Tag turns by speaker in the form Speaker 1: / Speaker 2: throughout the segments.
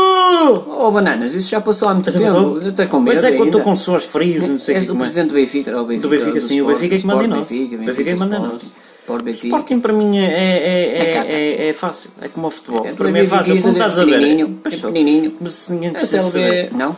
Speaker 1: passou?
Speaker 2: Oh, Bananas, isso já passou há muito
Speaker 1: Já
Speaker 2: tempo.
Speaker 1: passou?
Speaker 2: é Eu estou com medo
Speaker 1: Pois Ah! é, que eu
Speaker 2: ainda.
Speaker 1: estou com suores frios, não sei o
Speaker 2: És
Speaker 1: que
Speaker 2: do
Speaker 1: como é.
Speaker 2: presidente do Benfica, ou Benfica,
Speaker 1: Do Benfica, sim,
Speaker 2: Sport,
Speaker 1: o Benfica é que
Speaker 2: do Sport
Speaker 1: manda em nós.
Speaker 2: Benfica,
Speaker 1: O Benfica é que manda em
Speaker 2: Sport,
Speaker 1: nós.
Speaker 2: Sport Benfica.
Speaker 1: Sporting para mim é, é, é,
Speaker 2: É caca.
Speaker 1: é, é fácil, é como o futebol.
Speaker 2: É, tu
Speaker 1: para
Speaker 2: é
Speaker 1: mim é fácil,
Speaker 2: benfiquista
Speaker 1: como estás a ver.
Speaker 2: desde pequenininho,
Speaker 1: Pois
Speaker 2: desde
Speaker 1: sou.
Speaker 2: pequenininho. é-
Speaker 1: Mas se ninguém é
Speaker 2: A
Speaker 1: precisa
Speaker 2: CLB...
Speaker 1: saber.
Speaker 2: Não?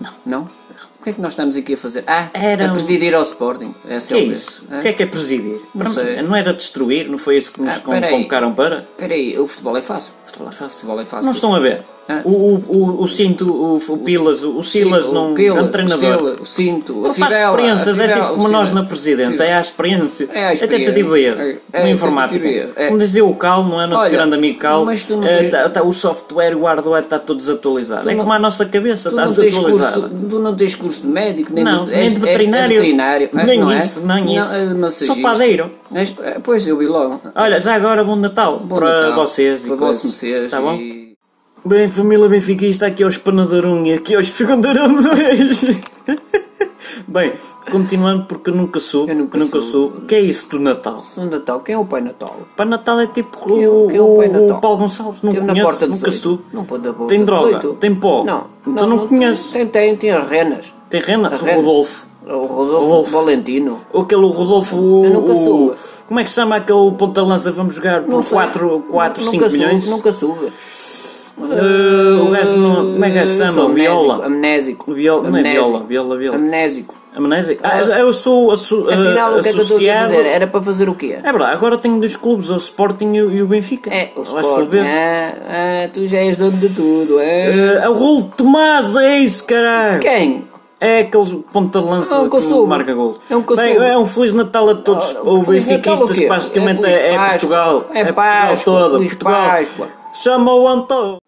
Speaker 2: Não. Não? O que é que nós estamos aqui a fazer? Ah,
Speaker 1: Era
Speaker 2: a
Speaker 1: um-
Speaker 2: presidir ao Sporting. É
Speaker 1: O que
Speaker 2: a
Speaker 1: é
Speaker 2: CLB.
Speaker 1: isso? O que é que é presidir? Para mim, Não,
Speaker 2: sei.
Speaker 1: era destruir, não foi isso que nos
Speaker 2: Ah,
Speaker 1: con-
Speaker 2: peraí.
Speaker 1: convocaram para?
Speaker 2: Espera aí, o futebol é fácil. O
Speaker 1: Futebol é fácil.
Speaker 2: futebol é fácil.
Speaker 1: Não estão a ver.
Speaker 2: Ah.
Speaker 1: O, o, o, o Cinto, o, o Pilas, o, o Silas
Speaker 2: O
Speaker 1: não
Speaker 2: Pila,
Speaker 1: é um treinador.
Speaker 2: O, Sila, o Cinto,
Speaker 1: Ele
Speaker 2: a
Speaker 1: faz
Speaker 2: Fidela.
Speaker 1: experiências,
Speaker 2: a
Speaker 1: é
Speaker 2: Fidela,
Speaker 1: tipo
Speaker 2: o
Speaker 1: como nós
Speaker 2: Sila.
Speaker 1: na presidência, é a experiência.
Speaker 2: É à experiência.
Speaker 1: tentativa e erro.
Speaker 2: É, é
Speaker 1: na
Speaker 2: a
Speaker 1: informática.
Speaker 2: tentativa e erro, é.
Speaker 1: Como dizia o Cal, não é? Nosso
Speaker 2: Olha,
Speaker 1: grande amigo Cal.
Speaker 2: mas tu não
Speaker 1: eh,
Speaker 2: tens-
Speaker 1: tá- tá- o software, o hardware está todo desatualizado. É
Speaker 2: não-
Speaker 1: como a nossa cabeça,
Speaker 2: Tu
Speaker 1: está
Speaker 2: não, tens
Speaker 1: desatualizada.
Speaker 2: curso, tu não tens curso de médico, nem,
Speaker 1: Não,
Speaker 2: de,
Speaker 1: nem
Speaker 2: és-
Speaker 1: de
Speaker 2: é- é
Speaker 1: veterinário.
Speaker 2: veterinário, é,
Speaker 1: Nem
Speaker 2: não é?
Speaker 1: isso, nem
Speaker 2: Não,
Speaker 1: isso.
Speaker 2: é de massagista.
Speaker 1: Sou padeiro.
Speaker 2: És- é, Pois, eu vi logo.
Speaker 1: Olha, já agora bom Natal
Speaker 2: Bom
Speaker 1: para
Speaker 2: Natal,
Speaker 1: vocês. e
Speaker 2: Para
Speaker 1: coisas.
Speaker 2: vossos mercês.
Speaker 1: Tá bom?
Speaker 2: e-
Speaker 1: Bem, família benfiquista, aqui é o Espanadarão e aqui é o Espegandarão 2. Bem, continuando porque eu nunca sou,
Speaker 2: Eu nunca
Speaker 1: nunca
Speaker 2: sou.
Speaker 1: sou. O que é isso do Natal?
Speaker 2: No Natal, quem é o Pai Natal?
Speaker 1: Para Natal é tipo
Speaker 2: Quem é
Speaker 1: o,
Speaker 2: o- quem é o Pai
Speaker 1: o
Speaker 2: Natal?
Speaker 1: Paulo Gonçalves, não
Speaker 2: Teve na
Speaker 1: conheço,
Speaker 2: porta
Speaker 1: nunca
Speaker 2: 18.
Speaker 1: sou.
Speaker 2: Não pode dar porta
Speaker 1: Tem droga,
Speaker 2: 18.
Speaker 1: tem pó.
Speaker 2: Não,
Speaker 1: Então não conheço.
Speaker 2: Tem, tem, tem a Renas.
Speaker 1: Tem
Speaker 2: A
Speaker 1: renda? O
Speaker 2: Ren-
Speaker 1: Rodolfo.
Speaker 2: O Rodolfo,
Speaker 1: Rodolfo.
Speaker 2: Valentino.
Speaker 1: Ou aquele Rodolfo. o-
Speaker 2: Eu nunca
Speaker 1: o-
Speaker 2: sou.
Speaker 1: Como é que se chama aquele ponta lança? Vamos jogar por
Speaker 2: sei.
Speaker 1: 4, 4
Speaker 2: Nunca
Speaker 1: 5
Speaker 2: soube,
Speaker 1: milhões?
Speaker 2: Nunca soube.
Speaker 1: Eh, o gajo não- como é que o gajo se
Speaker 2: Eu
Speaker 1: chama?
Speaker 2: Eh, sou um amnésico,
Speaker 1: Viola?
Speaker 2: Amnésico.
Speaker 1: Viola- não é
Speaker 2: Amnésico.
Speaker 1: Viola, Viola, Viola.
Speaker 2: Amnésico.
Speaker 1: Amnésia? Ah, eu sou asso-
Speaker 2: Afinal, o que é que eu estou aqui a
Speaker 1: associado.
Speaker 2: dizer? Era para fazer o quê?
Speaker 1: É verdade, agora tenho dois clubes, o Sporting e o e o Benfica.
Speaker 2: É, o
Speaker 1: Lá
Speaker 2: Sporting.
Speaker 1: se vê.
Speaker 2: Ah, ah, tu já és dono de tudo, é?
Speaker 1: Eh, É o Rolo de Tomás, é isso, caralho!
Speaker 2: Quem?
Speaker 1: É aquele ponta de lança
Speaker 2: É um
Speaker 1: que
Speaker 2: caçulo.
Speaker 1: marca gol.
Speaker 2: É um caçulo.
Speaker 1: Bem, é um Feliz Natal a todos,
Speaker 2: Ah,
Speaker 1: ou
Speaker 2: Feliz Natal
Speaker 1: benfiquistas,
Speaker 2: o quê?
Speaker 1: basicamente
Speaker 2: É
Speaker 1: é,
Speaker 2: Feliz
Speaker 1: é
Speaker 2: Páscoa,
Speaker 1: Portugal.
Speaker 2: é
Speaker 1: Portugal
Speaker 2: Páscoa,
Speaker 1: toda,
Speaker 2: Feliz
Speaker 1: Portugal.
Speaker 2: Páscoa.
Speaker 1: Chama o Antão.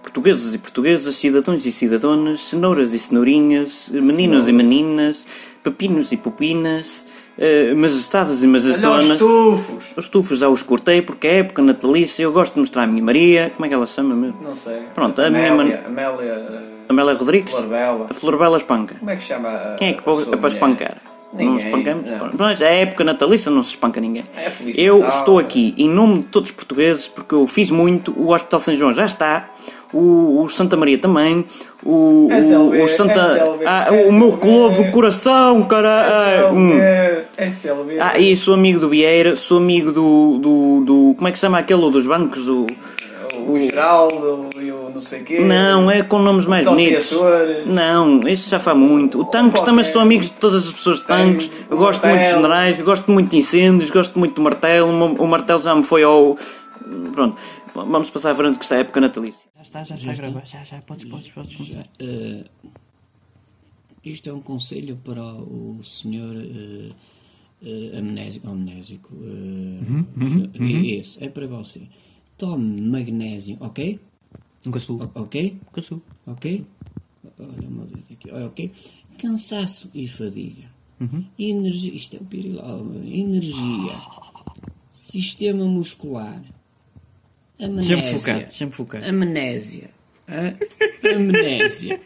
Speaker 1: Portugueses e portuguesas, cidadãos e cidadonas, cenouras e cenourinhas, meninos e meninas, pepinos e pupinas, eh, majestades e majestonas.
Speaker 3: estufos!
Speaker 1: Os tufos já os cortei porque é época natalícia, eu gosto de mostrar a minha Maria. Como é que ela se chama mesmo?
Speaker 3: Não sei.
Speaker 1: Pronto, a
Speaker 3: Amélia,
Speaker 1: minha man-
Speaker 3: Amélia. eh,
Speaker 1: Amélia Rodrigues?
Speaker 3: Florbela.
Speaker 1: A Florbela Espanca.
Speaker 3: Como é que chama? a-
Speaker 1: Quem é que
Speaker 3: a
Speaker 1: pode-
Speaker 3: sua
Speaker 1: é para
Speaker 3: mulher?
Speaker 1: espancar? não
Speaker 3: Ninguém,
Speaker 1: espancamos?
Speaker 3: não.
Speaker 1: Pronto, Mas é época natalícia, não se espanca ninguém.
Speaker 3: É Feliz
Speaker 1: eu
Speaker 3: Natal.
Speaker 1: estou aqui em nome de todos os portugueses porque eu fiz muito. O Hospital São João já está, o, o Santa Maria também, o, o-
Speaker 3: SLB,
Speaker 1: o Santa.
Speaker 3: SLB,
Speaker 1: Ah, o meu
Speaker 3: SLB.
Speaker 1: clube do coração, cara! ah, hum.
Speaker 3: É SLB.
Speaker 1: Ah, e sou amigo do Vieira, sou amigo do, do, do- Como é que se chama aquele dos bancos? O,
Speaker 3: O Geraldo e o não sei quê.
Speaker 1: não, é com nomes mais
Speaker 3: Totti
Speaker 1: bonitos.
Speaker 3: Açores.
Speaker 1: Não, isso já faz muito. O Tanques
Speaker 3: qualquer.
Speaker 1: também sou amigos de todas as pessoas de Tanques. Eu
Speaker 3: o
Speaker 1: gosto muito de
Speaker 3: martelo.
Speaker 1: generais, eu gosto muito de incêndios, gosto muito do martelo. O meu- O martelo já me foi ao. Pronto, vamos passar à frente que está a época natalícia.
Speaker 2: Está, já está a gravar, já, já, podes, podes, podes começar.
Speaker 4: Eh, isto é um conselho para o senhor eh, eh, amnésico. amnésico
Speaker 5: Uhum,
Speaker 4: eh, eh, Esse, é para você. Tome magnésio, ok?
Speaker 5: Nunca sou.
Speaker 4: O- ok?
Speaker 5: Nunca sou.
Speaker 4: Ok? Olha uma vez aqui. Olha, ok? Cansaço e fadiga.
Speaker 5: Uhum.
Speaker 4: Energia. Isto é o pirilau. Energia. Sistema muscular. Amnésia.
Speaker 5: Sempre focado, sempre focado.
Speaker 4: Amnésia. hã? Amnésia.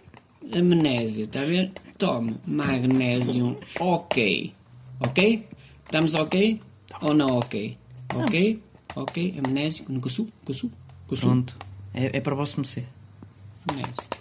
Speaker 4: Amnésia, está a ver? Tome magnésio. Ok. Ok? Estamos ok? Ou não ok? Ok? Ok? Amnésico. Nunca sou? Nunca sou? Nunca sou?
Speaker 5: Pronto. É, é para o vosso mercê.
Speaker 4: Amnésico.